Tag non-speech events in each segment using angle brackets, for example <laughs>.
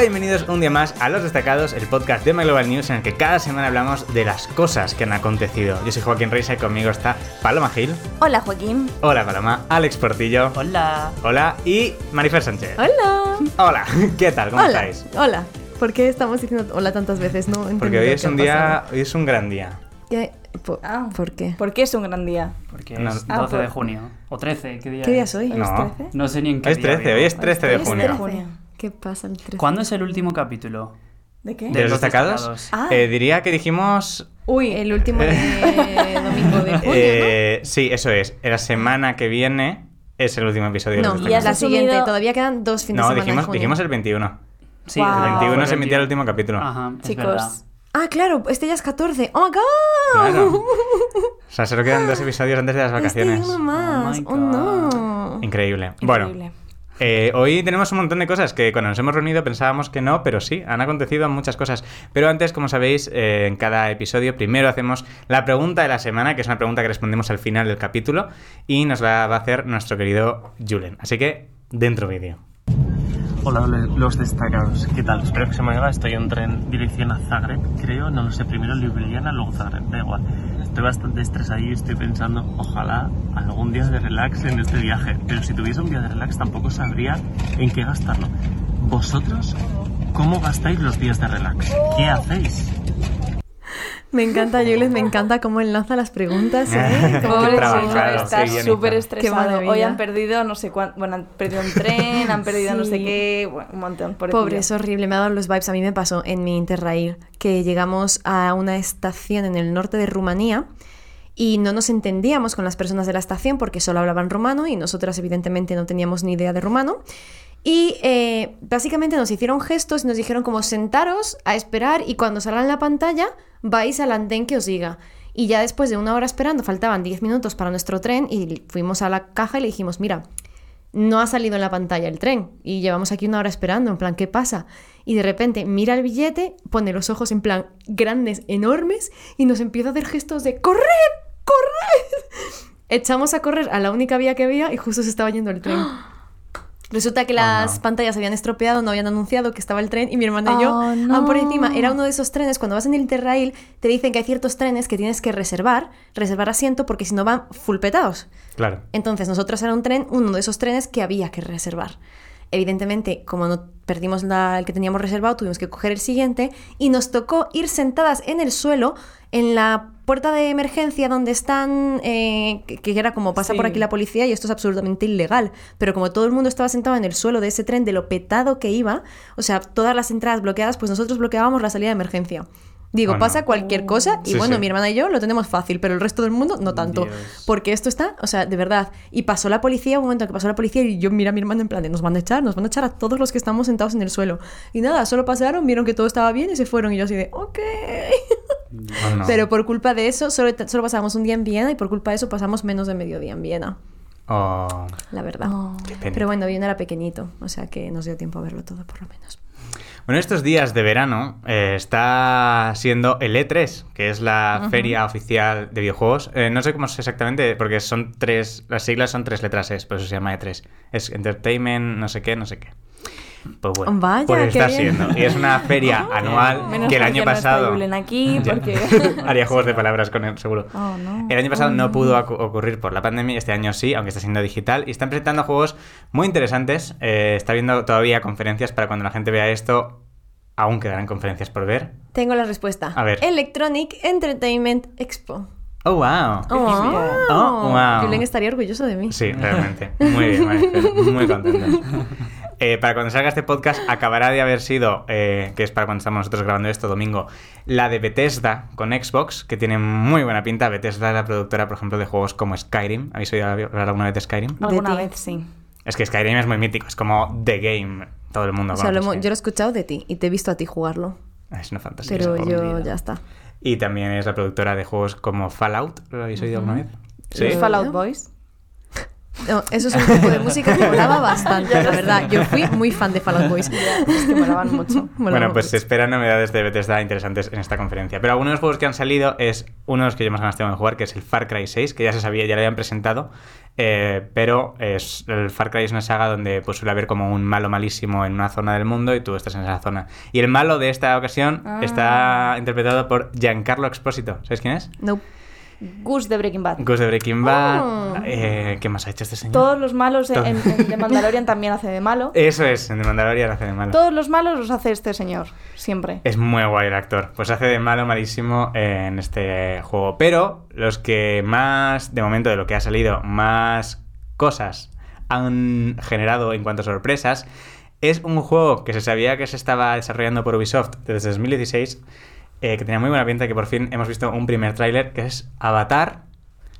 bienvenidos un día más a Los Destacados, el podcast de My Global News en el que cada semana hablamos de las cosas que han acontecido. Yo soy Joaquín Reisa y conmigo está Paloma Gil. Hola Joaquín. Hola Paloma, Alex Portillo. Hola. Hola y Marifer Sánchez. Hola. Hola, <laughs> ¿qué tal? ¿Cómo hola. estáis? Hola. ¿Por qué estamos diciendo hola tantas veces? No entiendo Porque hoy es qué ha un día, pasado. hoy es un gran día. ¿Qué? ¿Por, Ah. por qué? ¿Por qué es un gran día? Porque No. es Ah, 12 de por- junio. O 13, ¿qué día ¿Qué día es? es hoy? No. ¿Eh? No sé ni en qué Es día 13, vivo. hoy es 13 de Hoy es junio. 13. ¿Qué pasa el 13? ¿Cuándo es el último capítulo? ¿De qué? ¿De los los destacados? destacados. Ah. Eh, diría que dijimos... Uy, el eh, último de <laughs> <laughs> domingo de junio, eh, Sí, eso es. La semana que viene es el último episodio ¿no? de No, los ya la destacados. has asumido- siguiente. Todavía quedan dos fines No, de semana. de dijimos, junio. dijimos el 21. Sí, Wow. El fue 21 se emitía el último capítulo. Ah, Ajá, es Chicos. verdad. Ah, claro, este ya es 14. ¡Oh, my God! <laughs> Claro. O sea, solo quedan dos episodios antes de las vacaciones. Este uno más. Oh, Oh, my no. Increíble. Increíble. Bueno, eh, hoy tenemos un montón de cosas que cuando nos hemos reunido pensábamos que no, pero sí, han acontecido muchas cosas. Pero antes, como sabéis, eh, en cada episodio primero hacemos la pregunta de la semana, que es una pregunta que respondemos al final del capítulo, y nos la va a hacer nuestro querido Julen. Así que, dentro vídeo. Hola, le- los destacados. ¿Qué tal? Espero que se me oiga. Estoy en tren dirección a Zagreb, creo. No lo sé, primero Ljubljana, luego Zagreb. Da igual. Estoy bastante estresadillo y estoy pensando, ojalá algún día de relax en este viaje. Pero si tuviese un día de relax tampoco sabría en qué gastarlo. ¿Vosotros cómo gastáis los días de relax? ¿Qué hacéis? Me encanta, Jules, me encanta cómo enlaza las preguntas. ¿eh? Como Qué Pobre que- trabajado, chico, está qué bien súper hecho. Qué estresado. maravilla. Hoy han perdido no sé cuánto. Bueno, han perdido un tren, han perdido no sé Sí. qué. Bueno, un montón. Por Pobre, es horrible. Me ha dado los vibes. A mí me pasó en mi Interrail que llegamos a una estación en el norte de Rumanía y no nos entendíamos con las personas de la estación porque solo hablaban rumano y nosotras evidentemente no teníamos ni idea de rumano. Y eh, básicamente nos hicieron gestos y nos dijeron como sentaros a esperar y cuando salga en la pantalla vais al andén que os diga. Y ya después de una hora esperando, faltaban 10 minutos para nuestro tren y fuimos a la caja y le dijimos, mira, no ha salido en la pantalla el tren y llevamos aquí una hora esperando, en plan, ¿qué pasa? Y de repente mira el billete, pone los ojos en plan grandes, enormes y nos empieza a hacer gestos de ¡corred! ¡corred! <laughs> Echamos a correr a la única vía que había y justo se estaba yendo el tren. Resulta que las no. pantallas se habían estropeado, no habían anunciado que estaba el tren y mi hermana y yo Oh, van no. por encima. Era uno de esos trenes, cuando vas en el Interrail te dicen que hay ciertos trenes que tienes que reservar, reservar asiento porque si no van full petados. Claro. Entonces, nosotros era un tren, uno de esos trenes que había que reservar. Evidentemente, como no perdimos la- el que teníamos reservado, tuvimos que coger el siguiente y nos tocó ir sentadas en el suelo en la puerta de emergencia donde están, eh, que, que era como pasa Sí. por aquí la policía y esto es absolutamente ilegal, pero como todo el mundo estaba sentado en el suelo de ese tren, de lo petado que iba, o sea, todas las entradas bloqueadas, pues nosotros bloqueábamos la salida de emergencia. Digo, Oh, no. pasa cualquier cosa y Sí, bueno, sí. mi hermana y yo lo tenemos fácil, pero el resto del mundo no tanto. Dios. Porque esto está, o sea, de verdad. Y pasó la policía, un momento que pasó la policía y yo mira a mi hermano en plan de nos van a echar, nos van a echar a todos los que estamos sentados en el suelo. Y nada, solo pasaron, vieron que todo estaba bien y se fueron. Y yo así de, ok. Oh, no. Pero por culpa de eso, solo, solo pasábamos un día en Viena y por culpa de eso pasamos menos de mediodía en Viena, Oh, la verdad. qué pena. Pero bueno, Viena era pequeñito, o sea que nos dio tiempo a verlo todo por lo menos. Bueno, estos días de verano eh, está siendo el E3, que es la feria oficial de videojuegos. Eh, no sé cómo es exactamente, porque son tres, las siglas son tres letras es, por eso se llama E3. Es Entertainment, no sé qué, no sé qué. Pues bueno, Vaya, pues qué está bien. siendo. Y es una feria anual Menos que el mal año no está pasado... Julen aquí Ya. porque. Haría juegos <laughs> de palabras con él, seguro. Ah. Oh, no. El año pasado no pudo acu- ocurrir por la pandemia, este año sí, aunque está siendo digital. Y están presentando juegos muy interesantes. Eh, está viendo todavía conferencias para cuando la gente vea esto. Aún quedarán conferencias por ver. Tengo la respuesta. A ver. Electronic Entertainment Expo. ¡Oh, wow! Oh, wow. Julen estaría orgulloso de mí. Sí, realmente. Muy bien, Marifer. Muy contento. Eh, para cuando salga este podcast, acabará de haber sido, eh, que es para cuando estamos nosotros grabando esto domingo, la de Bethesda con Xbox, que tiene muy buena pinta. Bethesda es la productora, por ejemplo, de juegos como Skyrim. ¿Habéis oído hablar alguna vez de Skyrim? <laughs> Alguna De ti. vez sí. Es que Skyrim es muy mítico, es como The Game. Todo el mundo O sea, lo conoce hemos- yo lo he escuchado de ti y te he visto a ti jugarlo. Skyrim. Es una fantasía. Pero ese juego. yo ya está. Y también es la productora de juegos como Fallout. ¿Lo habéis oído alguna vez? Sí. Los Fallout Boys. No, eso es un tipo de música que molaba bastante, la verdad. Yo fui muy fan de Fall Out Boys. Es que <laughs> molaban mucho. Molaba bueno, pues se mucho. esperan novedades de Bethesda interesantes en esta conferencia. Pero algunos de los juegos que han salido es uno de los que yo más ganas tengo de jugar, que es el Far Cry 6, que ya se sabía, ya lo habían presentado. eh, pero es, el Far Cry es una saga donde pues, suele haber como un malo malísimo en una zona del mundo y tú estás en esa zona. Y el malo de esta ocasión Ah. está interpretado por Giancarlo Expósito. ¿Sabes quién es? Nope. Gus de Breaking Bad. Ghost de Breaking Bad. Oh. eh, ¿Qué más ha hecho este señor? Todos los malos en, Todo. en- en The Mandalorian también hace <laughs> de malo. Eso es, en The Mandalorian hace de malo. Todos los malos los hace este señor, siempre. Es muy guay el actor. Pues hace de malo malísimo en este juego. Pero los que más, de momento de lo que ha salido, más cosas han generado en cuanto a sorpresas, es un juego que se sabía que se estaba desarrollando por Ubisoft desde 2016, eh, que tenía muy buena pinta y que por fin hemos visto un primer tráiler, que es Avatar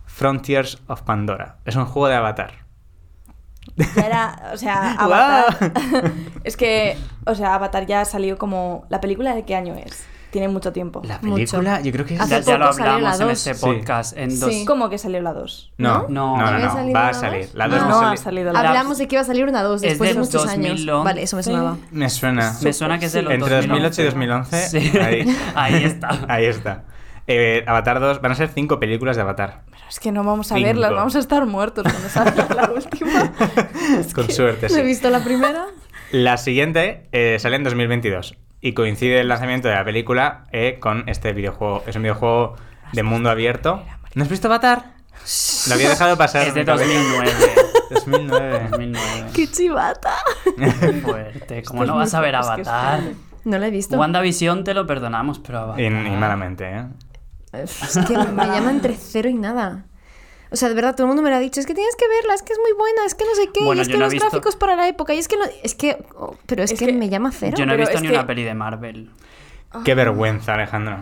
Frontiers of Pandora. Es un juego de Avatar. Ya era, o sea, <laughs> Wow. Avatar. <laughs> es que, o sea, Avatar ya salió como. ¿La película de qué año es? Tiene mucho tiempo. La Mucho. película, yo creo que es... Hace Ya, ya lo poco salió la hablamos en dos. este Sí. podcast. En dos. Sí. ¿Cómo que salió la 2? No, no, No. no, ¿Había no, salido va a la salir. dos? La dos no, no, ha sali- salido la Hablamos de que iba a salir una 2 Es después de del muchos 2011. años. Vale, eso me Sí. sonaba. Me suena. Me suena que es de los Entre 2008 y 2011. 2011. Sí. Ahí, Ahí está. Ahí está. Eh, Avatar 2, van a ser cinco películas de Avatar. Pero es que no vamos a Cinco. verlas, vamos a estar muertos cuando salga la <laughs> última. Con suerte, ¿No he sí. visto la primera? La siguiente eh, sale en 2022 y coincide el lanzamiento de la película eh, con este videojuego. Es un videojuego de mundo abierto. ¿No has visto Avatar? Lo había dejado pasar. Es de mi cabeza. <laughs> 2009. 2009. <laughs> 2009. ¡Qué chivata! Qué fuerte. Como no vas a ver es que es Avatar. No la he visto. WandaVision te lo perdonamos, pero Avatar. Y, y malamente, ¿eh? Es que me llama entre cero y nada. O sea, de verdad, todo el mundo me lo ha dicho. Es que tienes que verla, es que es muy buena, es que no sé qué, Bueno, y es yo que no he los visto- gráficos para la época, y es que no... Es que... oh, pero es, Es que, que me llama cero. Yo no he Pero visto es ni que- una peli de Marvel. Qué vergüenza, <laughs> Alejandro.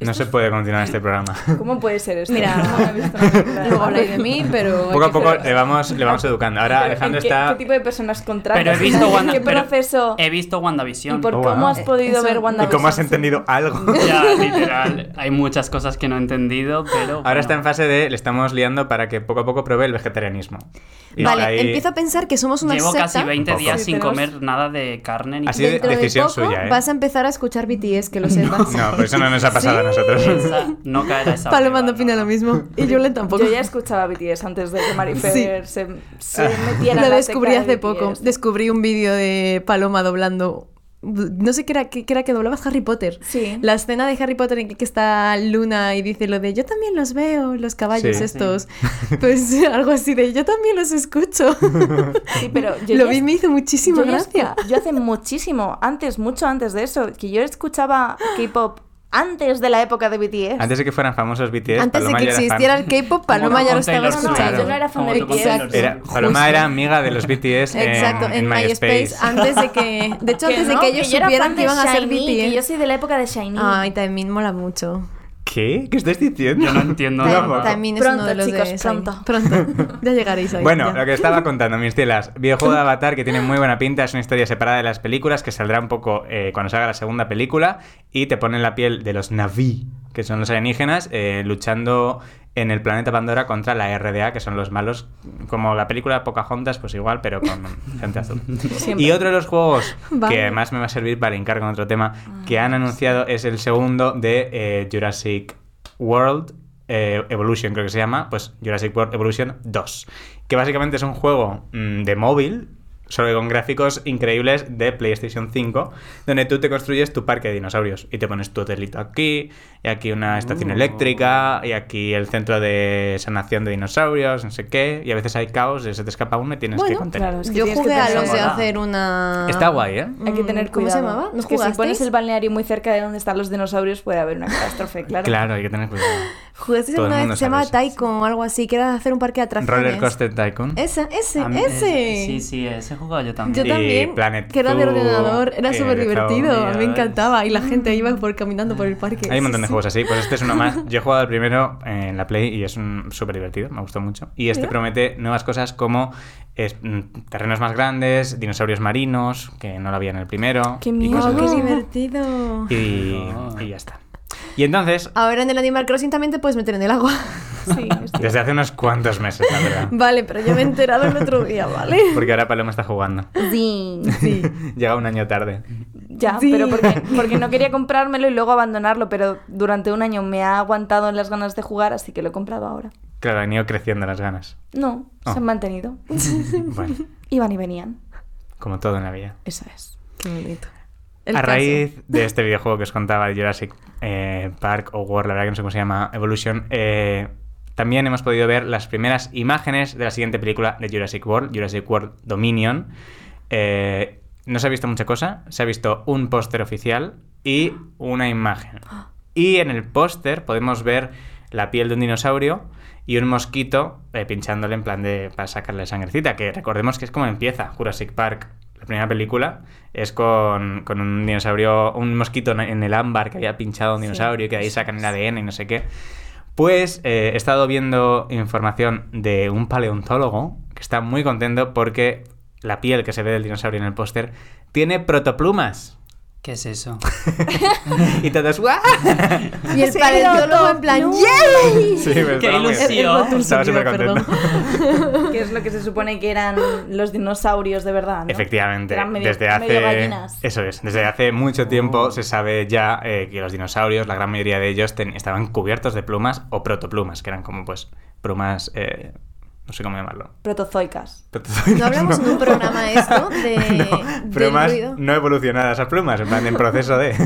No se puede continuar este programa. ¿Cómo puede ser esto? Mira, No he visto <laughs> la película. Luego habláis de mí, pero... Poco a poco Pero- le vamos, le vamos educando. Ahora Pero, Alejandro ¿en qué, está... ¿Qué tipo de personas contratas? Pero he visto, Wanda, ¿Qué pero proceso? He visto ¿Y WandaVision. por Oh, cómo wow. has podido Eso- ver ¿Y WandaVision? cómo has entendido algo? <laughs> Ya, literal. Hay muchas cosas que no he entendido, pero. Ahora bueno. está en fase de le estamos liando para que poco a poco pruebe el vegetarianismo. Y Vale, ahí- empiezo a pensar que somos una Llevo secta. casi 20 Poco. días Sí, sin tenemos- comer nada de carne ni Así de- Dentro de decisión poco suya, ¿eh? vas a empezar a escuchar BTS, que lo sepas. <laughs> <laughs> No, pero eso no nos ha pasado a nosotros. Esa- no <laughs> caerá esa. Paloma no prueba, opina no. lo mismo. Y Julen tampoco. Yo ya escuchaba BTS antes de que Marifer se, se metiera Lo en la descubrí secta de hace poco. BTS. Descubrí un vídeo de Paloma doblando. No sé qué era, qué, qué era que doblabas Harry Potter. Sí. La escena de Harry Potter en que está Luna y dice lo de yo también los veo, los caballos Sí. estos. <laughs> Pues algo así de yo también <laughs> los escucho. Sí, pero yo lo ya vi y me hizo muchísima yo ya gracia. escu- Yo hace muchísimo, antes, mucho antes de eso, que yo escuchaba K-pop antes de la época de <laughs> BTS. Antes de que fueran famosos BTS, Antes de Paloma que ya era fan. existiera el K-pop, Paloma Como ya lo con estaba Taylor no, no, Swift. escuchando. yo no era fan Como de tú con BTS. Taylor Swift. <laughs> Era- Paloma era amiga de los BTS en- Exacto, en, en, MySpace, antes de que, de hecho, antes de no, que ellos yo era supieran fan que de iban a ser SHINee, que yo BTS. soy de la época de Shiny. Ay, también mola mucho. ¿Qué? ¿Qué estás diciendo? Yo no entiendo Yo nada. tampoco. También es Pronto, uno de los chicos, de pronto. pronto. Ya llegaréis ahí. Bueno, ya. lo que estaba contando, mis tielas. <laughs> Videojuego de Avatar que tiene muy buena pinta, es una historia separada de las películas que saldrá un poco eh, cuando salga la segunda película y te pone en la piel de los Naví, que son los alienígenas, eh, luchando en el planeta Pandora contra la RDA, que son los malos, como la película Pocahontas, pues igual, pero con gente <laughs> azul. Siempre. Y otro de los juegos Vale. que además me va a servir para hincar con otro tema Ah, que han anunciado es el segundo de eh, Jurassic World eh, Evolution, creo que se llama, pues Jurassic World Evolution 2, que básicamente es un juego mm, de móvil, solo que con gráficos increíbles de PlayStation 5, donde tú te construyes tu parque de dinosaurios y te pones tu hotelito aquí, y aquí una estación Uh. eléctrica, y aquí el centro de sanación de dinosaurios, no sé qué, y a veces hay caos, y se te escapa uno y tienes que Bueno, contener. claro, es que Yo tienes que jugué a tener los de moda. hacer una. Está guay, ¿eh? Hay que tener ¿Cómo cuidado. se llamaba? ¿No Es que si jugasteis? pones el balneario muy cerca de donde están los dinosaurios puede haber <laughs> una catástrofe, claro. Claro, hay que tener cuidado. Jugasteis Todo el alguna vez mundo que se llamaba sabe eso. Tycoon o algo así, que era hacer un parque de atracciones. Roller Coaster Tycoon. Ese, ese, A mí- ese. Sí, sí, ese he jugado yo Yo Y también. también, Planet que era de Zoo, ordenador, era que súper divertido, Zombie, me encantaba y la gente iba por caminando por el parque. Hay un montón Sí, de sí. juegos así, pues este es uno más. Yo he jugado el primero en la Play y es un- súper divertido, me gustó mucho. Y este Mira. promete nuevas cosas como es- mm, terrenos más grandes, dinosaurios marinos, que no lo había en el primero. ¡Qué y miedo! cosas ¡Wow, así. qué divertido! Y, Ah. y ya está. Y entonces, Ahora en el Animal Crossing también te puedes meter en el agua. Sí, es cierto. desde hace unos cuantos meses, la verdad. Ah. <laughs> Vale, pero yo me he enterado el otro <laughs> día, ¿vale? Porque ahora Paloma está jugando. Sí, <laughs> Llega un año tarde. <laughs> ya, Sí. pero porque, porque no quería comprármelo y luego abandonarlo, pero durante un año me ha aguantado en las ganas de jugar, así que lo he comprado ahora. Claro, han ido creciendo las ganas. No, Ah. se han mantenido. Bueno, Iban y venían. como todo en la vida. Eso es. Qué bonito. a raíz de este videojuego que os contaba, el Jurassic eh, Park o World, la verdad que no sé cómo se llama, Evolution, eh, también hemos podido ver las primeras imágenes de la siguiente película de Jurassic World, Jurassic World Dominion. Eh, no se ha visto mucha cosa, se ha visto un póster oficial y una imagen. Y en el póster podemos ver la piel de un dinosaurio y un mosquito eh, pinchándole en plan de para sacarle sangrecita, que recordemos que es como empieza Jurassic Park. La primera película es con, con un dinosaurio, un mosquito en- en el ámbar que había pinchado a un Sí. dinosaurio y que de ahí sacan el ADN y no sé qué. Pues eh, he estado viendo información de un paleontólogo que está muy contento porque la piel que se ve del dinosaurio en el póster tiene protoplumas. ¿Qué es eso? Y todos, ¡guau! Y el Sí, paleontólogo no, en plan, no. ¡yay! Sí, <laughs> me ¡Qué estaba muy- El- el ilusión! rotulo Estaba sonido, súper contento. perdón. Que es lo que se supone que eran los dinosaurios de verdad, ¿no? Efectivamente, Eran medio- desde hace medio gallinas. eso es, desde hace mucho tiempo se sabe ya eh, que los dinosaurios, la gran mayoría de ellos, ten- estaban cubiertos de plumas o protoplumas, que eran como pues plumas, eh, no sé cómo llamarlo. Protozoicas. Protozoides, ¿No hablamos en un programa <laughs> de esto? De- no, del plumas ruido. no evolucionadas a plumas, en plan en proceso <laughs> de.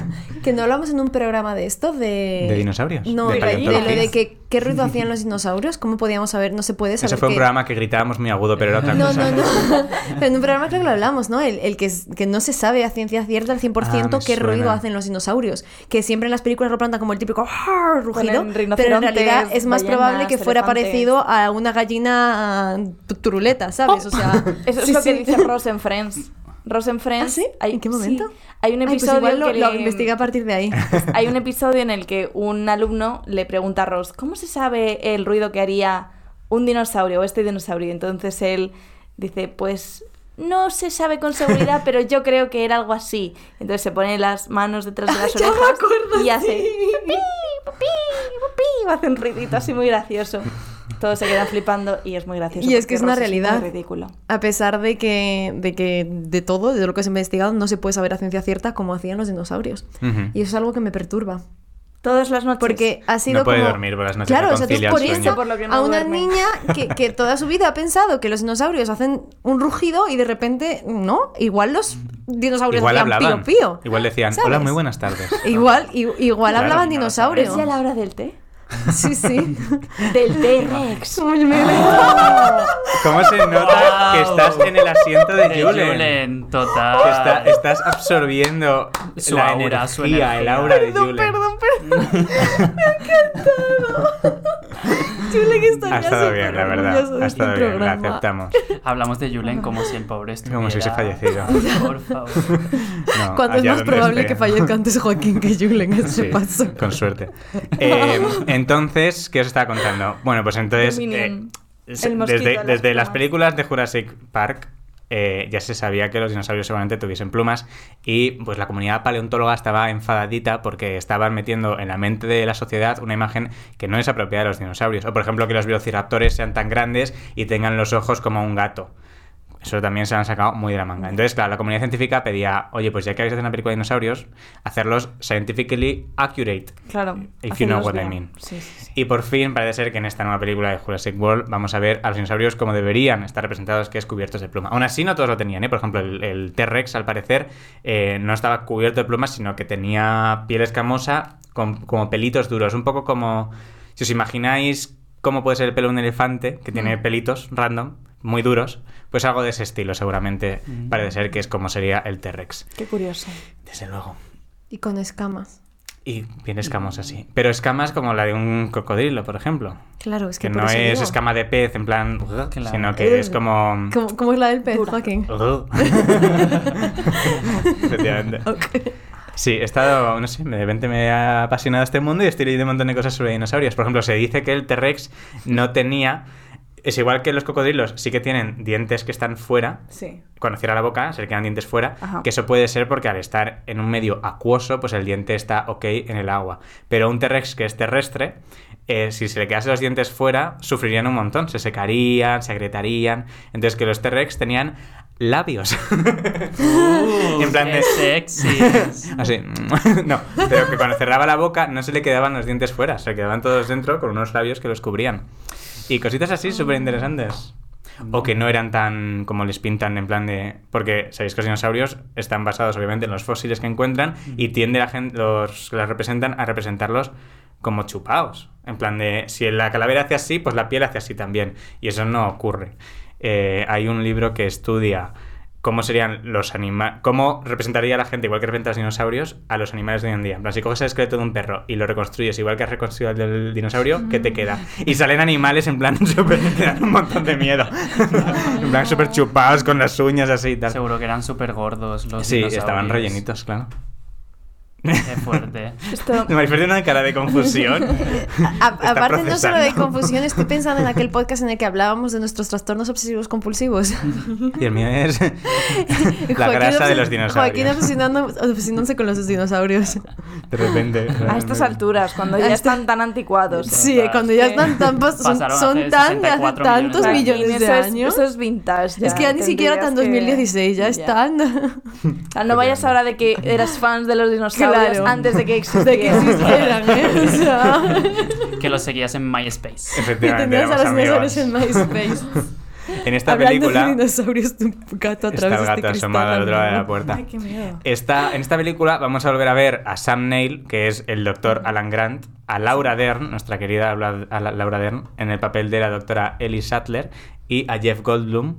Que no hablamos en un programa de esto, de... De dinosaurios, Eh, No, de de, de lo paleontología. de que, qué ruido hacían los dinosaurios, cómo podíamos saber, no se puede saber Ese fue un qué- programa que gritábamos muy agudo, pero era otra No, cosa. no, <laughs> no. Pero en un programa creo que lo hablamos, ¿no? El, el que, es- que no se sabe a ciencia cierta al 100% Ah, me qué ruido suena. hacen los dinosaurios. Que siempre en las películas lo plantan como el típico "Arr", rugido. Ponen Pero en rinocerontes, realidad es más probable que ballenas, fuera elefantes. parecido a una gallina ah, tu- turuleta, ¿sabes? O sea, <laughs> Eso <laughs> es sí, lo que sí. dice Rose en Friends. Rose en ¿Ah, Friends. sí? hay- ¿En qué sí, momento? hay un Ay, pues episodio igual lo, que lo le- investigué a partir de <laughs> ahí. Pues Hay un episodio en el que un alumno le pregunta a Ross, ¿cómo se sabe el ruido que haría un dinosaurio o este dinosaurio? Y entonces él dice, pues no se sabe <laughs> con seguridad, pero yo creo que era algo así. Entonces se pone las manos detrás de <laughs> las Ya me orejas acuerdo, y hace sí. "Pupí, pupí, pupí", hace un ruidito así muy gracioso. Todos se quedan flipando y es muy gracioso. Y es que porque es una Ross muy realidad. ridículo. A pesar de que, de que de todo, de lo que se ha investigado, no se puede saber a ciencia cierta cómo hacían los dinosaurios. Ujú. Y eso es algo que me perturba. Todas las noches. Porque ha sido puede como- dormir por las noches, Claro, no o sea, tú concilia por el eso sueño. Por lo que no a una duerme. niña que, <laughs> que toda su vida ha pensado que los dinosaurios hacen un rugido y de repente, no, igual los dinosaurios Igual hacían hablaban. pío, pío. Igual decían, ¿sabes? hola, muy buenas tardes. Igual, i- igual Claro, hablaban no lo dinosaurios. ¿Es ya la hora del té? <laughs> Sí, <laughs> sí. <laughs> Del T-Rex. Ah. Uy, me- <laughs> <laughs> ¿Cómo se nota que estás en el asiento de De Julen? Julen, Que está- total. estás absorbiendo Su la aura, energía, su energía. el aura de perdón, Julen. perdón, perdón. Julen que estaría Ha estado bien, súper la orgulloso verdad. de Ha este estado bien, la programa. <laughs> aceptamos. Hablamos de Julen como si el pobre estuviera... Como si hubiese fallecido. <laughs> Por favor. No, Cuando es allá más donde probable esté. que fallezca antes Joaquín que <laughs> Julen, ese Sí, paso. Con suerte. <laughs> Eh, entonces, ¿qué os estaba contando? Bueno, pues entonces. Dominion. eh, se- El mosquito, desde las desde las plumas. películas de Jurassic Park. eh, ya se sabía que los dinosaurios seguramente tuviesen plumas y pues la comunidad paleontóloga estaba enfadadita porque estaban metiendo en la mente de la sociedad una imagen que no es apropiada de los dinosaurios o por ejemplo que los velociraptores sean tan grandes y tengan los ojos como un gato eso también se lo han sacado muy de la manga. Entonces, claro, la comunidad científica pedía, oye, pues ya que vais a hacer una película de dinosaurios, hacerlos scientifically accurate. Claro. If you know hacerlos what I bien. mean. Sí, sí, sí. Y por fin parece ser que en esta nueva película de Jurassic World vamos a ver a los dinosaurios como deberían estar representados, que es cubiertos de pluma. Aún así no todos lo tenían, ¿eh? Por ejemplo, el, el T-Rex al parecer eh, no estaba cubierto de plumas, sino que tenía piel escamosa con, como pelitos duros. Un poco como, si os imagináis cómo puede ser el pelo de un elefante, que tiene pelitos random, muy duros, pues algo de ese estilo seguramente parece ser que es como sería el T-Rex. Qué curioso. Desde luego. Y con escamas. Y bien escamosa, sí. Pero escamas como la de un cocodrilo, por ejemplo. Claro, es que, Que por no eso es digo. escama de pez, en plan, Claro. sino que es Eh, como... ¿Cómo, cómo es la del pez, Dura. Joaquín? <laughs> <laughs> Efectivamente. Ok. Sí, he estado, no sé, de repente me ha apasionado este mundo y estoy leyendo un montón de cosas sobre dinosaurios. Por ejemplo, se dice que el T-Rex no tenía Es igual que los cocodrilos sí que tienen dientes que están fuera, Sí. cuando cierra la boca se le quedan dientes fuera, Ajá. que eso puede ser porque al estar en un medio acuoso, pues el diente está ok en el agua. Pero un T-Rex que es terrestre, eh, si se le quedasen los dientes fuera, sufrirían un montón, se secarían, se agrietarían. Entonces que los T-Rex tenían labios. <laughs> Uh, En plan qué de- sexy. <laughs> Así, no, pero que cuando cerraba la boca no se le quedaban los dientes fuera, se le quedaban todos dentro con unos labios que los cubrían. Y cositas así súper interesantes. O que no eran tan como les pintan en plan de... Porque sabéis que los dinosaurios están basados obviamente en los fósiles que encuentran y tiende la gente, los que las representan a representarlos como chupados. En plan de, si la calavera hace así, pues la piel hace así también. Y eso no ocurre. Eh, hay un libro que estudia cómo serían los animales, cómo representaría la gente, igual que representa a los dinosaurios, a los animales de hoy en día. En plan, si coges el esqueleto de un perro y lo reconstruyes igual que has reconstruido el del dinosaurio, ¿qué te queda? Mm. Y salen animales en plan <laughs> súper, que dan un montón de <laughs> miedo. en plan súper chupados con las uñas así y tal. Seguro que eran súper gordos los Sí, dinosaurios. estaban rellenitos, claro. <laughs> Qué <laughs> fuerte. Esto... Marifer tiene una cara de confusión. <laughs> A- Está aparte no solo de procesando. confusión, estoy pensando en aquel podcast en el que hablábamos de nuestros trastornos obsesivos compulsivos. Y el <laughs> mío es la Joaquín grasa de obses- los Joaquín dinosaurios. obsesionando- obsesionándose con los dinosaurios. De repente. A estas alturas, cuando ya <laughs> A esta- están tan anticuados. Sí, cuando ya están tan pas- son, Pasaron son hace tan de hace 64 tantos millones Joaquín, de millones de eso es- años. eso es vintage. es que ya ni siquiera tan 2016, ya, están están. No vayas ahora de que eras fan de los dinosaurios Claro. antes de que <laughs> existieran. de que existieran, <laughs> ¿eh? O <laughs> sea, <laughs> Que los seguías en MySpace. que Efectivamente, tenías a los éramos dinosaurios en amigos. MySpace. <laughs> En esta Hablando de película dinosaurios, tu gato está a través el de este gato cristal. asomado al otro lado de la amigo. puerta. Ay, qué miedo. Esta- en esta película vamos a volver a ver a Sam Neill, que es el doctor Alan Grant, a Laura Dern, nuestra querida Laura a la- Laura Dern, en el papel de la doctora Ellie Sattler, y a Jeff Goldblum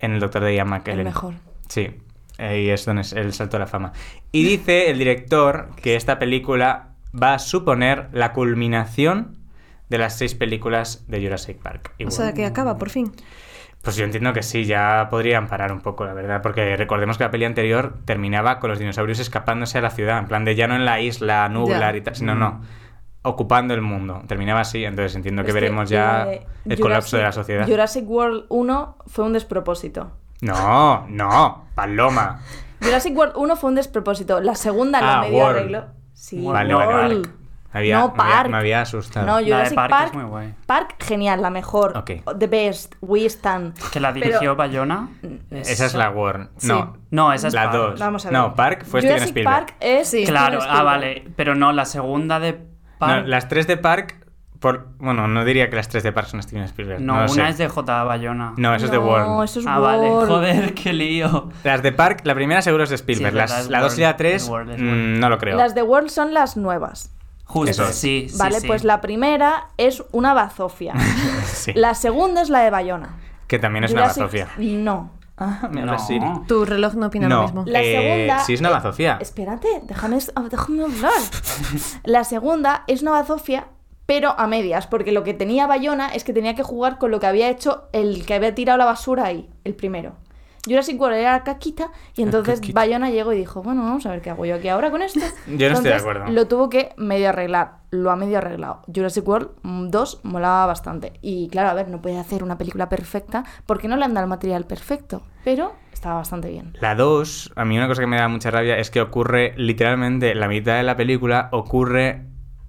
en el doctor de Ian McKellen. El mejor. Sí, ahí es donde es el salto a la fama. Y dice el director que esta película va a suponer la culminación de las seis películas de Jurassic Park. Y O bueno, sea, que acaba por fin. pues yo entiendo que sí, ya podrían parar un poco, la verdad, porque recordemos que la peli anterior terminaba con los dinosaurios escapándose a la ciudad, en plan de ya no en la isla nublar Ya. y tal, sino no, ocupando el mundo. Terminaba así, entonces entiendo que Es veremos que, ya eh, el colapso de la Jurassic- sociedad. Jurassic World 1 fue un despropósito. No, no, paloma. Jurassic World 1 fue un despropósito. La segunda la Ah, medio World. arreglo. Sí, Vale, World. vale, vale. Me había, No, me había- Park. me había asustado. No, Jurassic Park es Park. muy guay. Park, genial, la mejor. Ok. The best. We stand. Que la dirigió Pero- Bayona. Esa es la Warner. No, No, esa es la Park. dos. Vamos a ver. No, Park fue Steven Jurassic Spielberg. Park es. Sí. Claro, Steven ah, Spielberg. vale. Pero no, la segunda de No, Park. No, las tres de Park, por, bueno, no diría que las tres de Park son Steven Spielberg. No, lo una sé. es de J. Bayona. No, eso es de No, Warner. eso es ah, World. vale. Joder, qué lío. Las de Park, la primera seguro es de Spielberg. Sí, es verdad, Las- es la 2 y la Warner, 3, es Warner, es mm, Warner. no lo creo. Las de World son las nuevas. Justo, Eso es. sí, sí. vale, sí. pues la primera es una bazofia. <laughs> <laughs> Sí, la segunda es la de Bayona. Que también es Jurassic- una bazofia. No. Ah, me No. Tu reloj no opina lo No, mismo. La eh, segunda sí es una bazofia. Espérate, déjame, s- ah, déjame hablar. La segunda es una bazofia, pero a medias, porque lo que tenía Bayona es que tenía que jugar con lo que había hecho el que había tirado la basura ahí, el primero. Jurassic World era la caquita y entonces caquita. Bayona llegó y dijo, bueno, vamos a ver qué hago yo aquí ahora con esto. Yo no estoy de Entonces, acuerdo. Lo tuvo que medio arreglar, lo ha medio arreglado. Jurassic World mm, 2 molaba bastante. Y claro, a ver, no puede hacer una película perfecta porque no le han dado el material perfecto, pero estaba bastante bien. La 2, a mí una cosa que me da mucha rabia es que ocurre literalmente la mitad de la película ocurre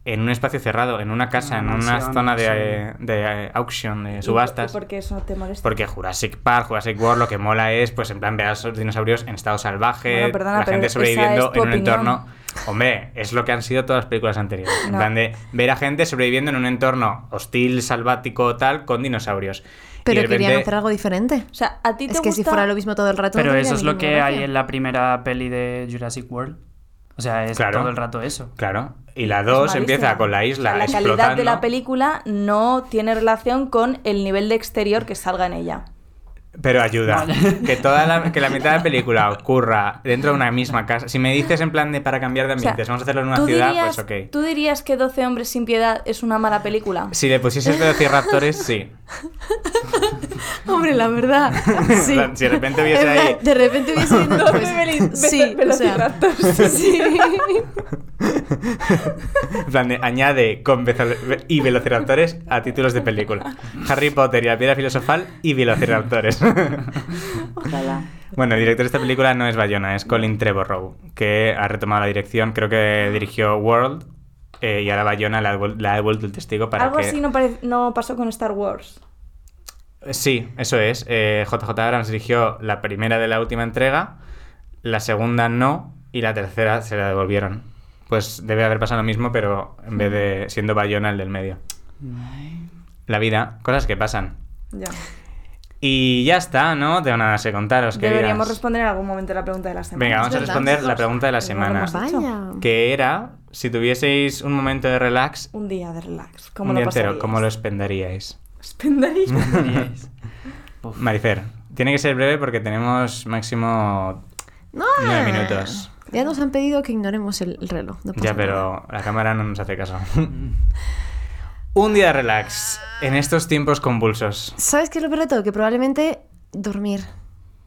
en un espacio cerrado, en una casa, en Una una mansión, zona de, sí. eh, de, eh, auction, de ¿Y- subastas. y por qué eso te molesta? Porque Jurassic Park, Jurassic World, lo que mola es, pues, en plan, ver a esos dinosaurios en estado salvaje, Bueno, perdona, la pero gente esa sobreviviendo es tu en un opinión. entorno. Hombre, es lo que han sido todas las películas anteriores. En No. plan de ver a gente sobreviviendo en un entorno hostil, salvático, tal, con dinosaurios. Y Pero de querían repente- hacer algo diferente. O sea, a ti te Es que si gusta- fuera lo mismo todo el rato. no Pero tendría eso es lo ninguna que hay gracia. en la primera peli de Jurassic World. O sea, es Claro. todo el rato eso. <laughs> Claro. Y la Es 2 malísima. empieza con la isla O sea, La explotando. calidad de la película no tiene relación con el nivel de exterior que salga en ella. Pero ayuda. Vale. <laughs> Que toda la, que la mitad de la película ocurra dentro de una misma casa. Si me dices en plan de para cambiar de O sea, ambientes, vamos a hacerlo en una ¿tú ciudad, dirías- pues ok. ¿Tú dirías que 12 <laughs> hombres sin piedad es una mala película? Si le pusieses velociraptores, sí. Hombre, <laughs> la verdad. Sí. Si de repente hubiese En ahí- plan, De repente <laughs> hubiese ahí pues, Dos veli- Sí, o sea, <laughs> velociraptors. <laughs> sí. En plan de, añade con bezo- y velociraptores a títulos de película. Harry Potter y la piedra filosofal y velociraptores. <laughs> Ojalá. Bueno, el director de esta película no es Bayona, es Colin Trevorrow, que ha retomado la dirección, creo que dirigió World eh, y ahora Bayona la, ha devuel- la ha devuelto el testigo para Algo que... así no, pare- no pasó con Star Wars. Sí, eso es. Eh, JJ Abrams dirigió la primera de la última entrega, la segunda no y la tercera se la devolvieron. Pues debe haber pasado lo mismo, pero en vez de siendo Bayona el del medio. La vida, cosas que pasan. Ya. Y ya está, ¿no? Tengo nada más que contaros, queridas. Deberíamos responder en algún momento la pregunta de la semana. Venga, vamos a Es verdad. responder la pregunta de la Es verdad, lo semana. hemos Vaya. Que era, si tuvieseis un momento de relax, Un día de relax. ¿Cómo un lo día entero, pasarías? ¿cómo <laughs> lo expenderíais? <laughs> Expenderías. Diríais. Uf. Marifer, tiene que ser breve porque tenemos máximo No. Nueve minutos. Ya nos han pedido que ignoremos el el reloj. no pasa Ya, nada. pero la cámara no nos hace <laughs> caso. Un día de relax en estos tiempos convulsos. ¿Sabes qué es lo peor de todo? Que probablemente dormir.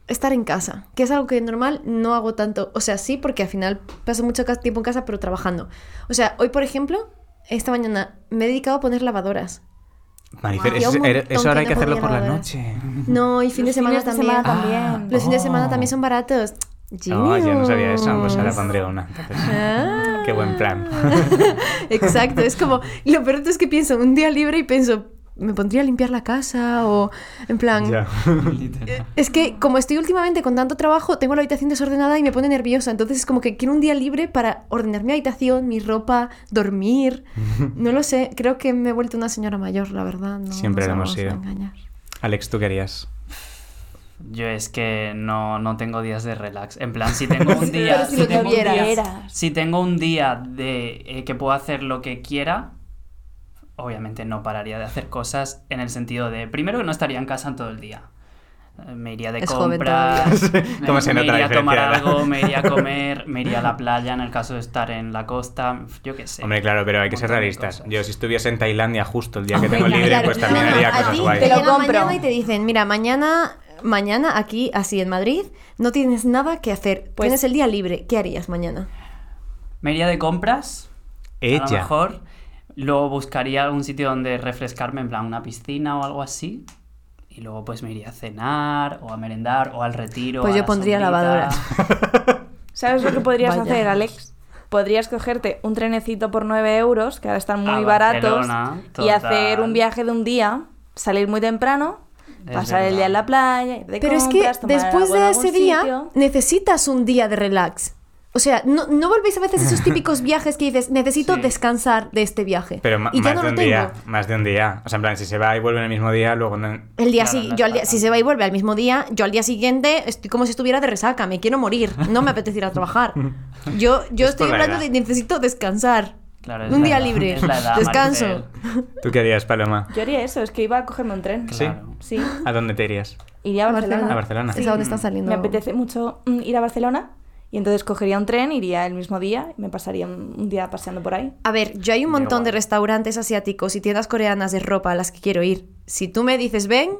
Estar en casa, que es algo que normal no hago tanto. O sea, sí, porque al final paso mucho ca- tiempo en casa, pero trabajando. O sea, hoy, por ejemplo, esta mañana me he dedicado a poner lavadoras. Marifer, Hacía eso, un er- montón eso ahora hay que que no hacerlo podía por la grabar. noche. No, y fin de Los semana fines de también. Ah. semana también. Los fines de semana Oh. también son baratos. No, Oh, yo no sabía eso, pues ahora Genius. pondré una. entonces. Ah. Qué buen <laughs> plan. Exacto, es como, lo peor de todo es que pienso un día libre y pienso, me pondría a limpiar la casa o en plan... Ya. <laughs> Literal. Es que como estoy últimamente con tanto trabajo, tengo la habitación desordenada y me pone nerviosa, entonces es como que quiero un día libre para ordenar mi habitación, mi ropa, <laughs> dormir. No lo sé, creo que me he vuelto una señora mayor, la verdad. No, Siempre nos lo hemos vamos a sido. engañar. Alex, tú querías. Yo es que no, no tengo días de relax. En <laughs> plan, si tengo Sí, un día, pero si lo tengo un día- tuvieras. si tengo un día de eh, que puedo hacer lo que quiera, obviamente no pararía de hacer cosas en el sentido de, primero que no estaría en casa en todo el día. Eh, Me iría de Es joven compras, <laughs> todavía. me- ¿Cómo se me nota la iría a tomar diferencia de edad? algo, <laughs> me iría a comer, me iría a la playa en el caso de estar en la costa, yo qué sé. Hombre, claro, pero hay que Un ser montón de realistas. cosas. Yo si estuviese en Tailandia justo el día que Hombre, tengo libre, claro, pues también no, haría a cosas ti guays. Te lo Mañana, compro. mañana y te dicen, mira, mañana, mañana aquí, así en Madrid, no tienes nada que hacer. Pues- tienes el día libre. ¿Qué harías mañana? Me iría de compras, Ella. A lo mejor luego buscaría algún sitio donde refrescarme, en plan una piscina o algo así. Y luego pues me iría a cenar o a merendar o al retiro. Pues a yo la pondría sombrita. lavadoras. ¿Sabes <laughs> lo que podrías Vaya. hacer, Alex? Podrías cogerte un trenecito por 9 euros, que ahora están muy A baratos, Barcelona, y total. hacer un viaje de un día, salir muy temprano, Es pasar el verdad. día en la playa, ir de Pero es que compras, tomar después algo en de algún ese día sitio. necesitas un día de relax. O sea, no, no volvéis a veces a esos <laughs> típicos viajes que dices, necesito Sí. descansar de este viaje. Pero ma- y ya más no de lo un tengo. día, más de un día. O sea, en plan, si se va y vuelve en el mismo día, luego no... El día Claro, sí, no yo al está día- tan si se va y vuelve al mismo día, yo al día siguiente estoy como si estuviera de resaca, me quiero morir, no me apetece ir <laughs> a trabajar. Yo, yo Es estoy por la hablando de edad. necesito descansar. <laughs> Claro, es un la día edad, libre. es la edad, Descanso. Maricel. ¿Tú querías, Paloma? Yo haría eso, es que iba a cogerme un tren. Sí. Claro. Sí, ¿A dónde te irías? iría a Barcelona. A Barcelona. Es a donde están saliendo. Mm, Me apetece mucho mm, ir a Barcelona y entonces cogería un tren, iría el mismo día y me pasaría un un día paseando por ahí. A ver, yo hay un Qué montón de guay. restaurantes asiáticos y tiendas coreanas de ropa a las que quiero ir. Si tú me dices ven,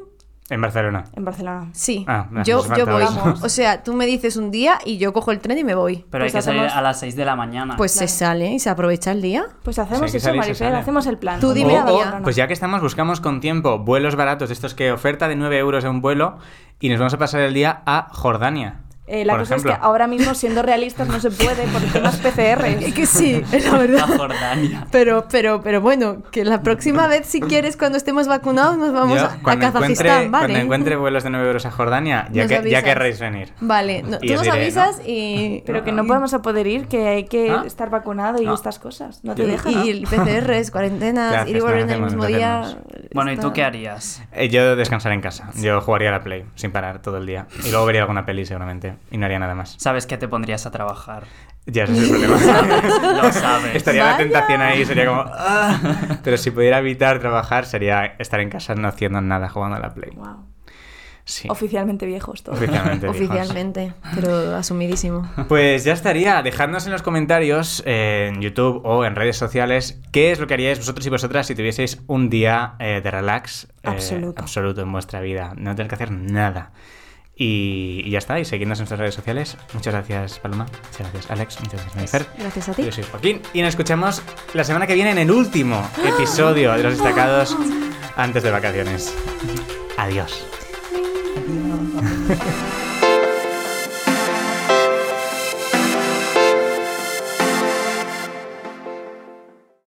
En Barcelona. En Barcelona. sí, Ah, me yo, hace yo falta voy. eso. O sea, tú me dices un día y yo cojo el tren y me voy. Pero hay Pues que salir hacemos- a las 6 de la mañana. Pues <laughs> Ah, Claro. se sale y se aprovecha el día. <laughs> Pues hacemos Sí, que eso, sale y se Marifel, sale. hacemos el plan. Tú Un dime O- día la a o, Barcelona. pues ya que estamos, buscamos con tiempo vuelos baratos, de estos que oferta de 9 euros en un vuelo, y nos vamos a pasar el día a Jordania. Eh, la por cosa ejemplo. es que ahora mismo, siendo realistas, no se puede por temas <laughs> Es PCR. que sí, la A verdad. Jordania. Pero, pero, pero bueno, que la próxima vez, <laughs> si quieres, cuando estemos vacunados, nos vamos Yo, a, a cuando encuentre, Kazajistán, ¿vale? Cuando encuentre vuelos de 9 euros a Jordania, ya, Nos que, ya avisas. querréis venir. Vale, no- Y tú os nos diré, avisas ¿no? y... <laughs> Pero que no podemos a poder ir, que hay que ¿Ah? estar vacunado y No. estas cosas. No Y, te dejan. y el PCRs, cuarentenas, Gracias, ir y volver no en el hacemos, mismo no día... hacemos. Bueno, ¿y tú está- qué harías? Eh, Yo descansar en casa. Yo jugaría a la Play sin parar todo el día. Y luego vería alguna peli seguramente. Y no haría nada más. Sabes que te pondrías <laughs> a trabajar. Ya ese es el Sabes, problema. lo sabes. Estaría la Vaya. tentación ahí, sería como. "Ah". Pero si pudiera evitar trabajar, sería estar en casa no haciendo nada jugando a la Play. Guau. Sí. Oficialmente viejos <laughs> todos. Oficialmente. viejos. Oficialmente, pero asumidísimo. Pues ya estaría. Dejadnos en los comentarios, eh, en YouTube o en redes sociales, qué es lo que haríais vosotros y vosotras si tuvieseis un día eh, de relax eh, Absoluto. absoluto en vuestra vida. No tener que hacer nada. Y, y ya está. Y seguidnos en nuestras redes sociales. Muchas gracias, Paloma. Muchas gracias, Alex. Muchas gracias, Marifer. Gracias a ti. Yo soy Joaquín y nos escuchamos la semana que viene en el último episodio de los destacados antes de vacaciones. Adiós.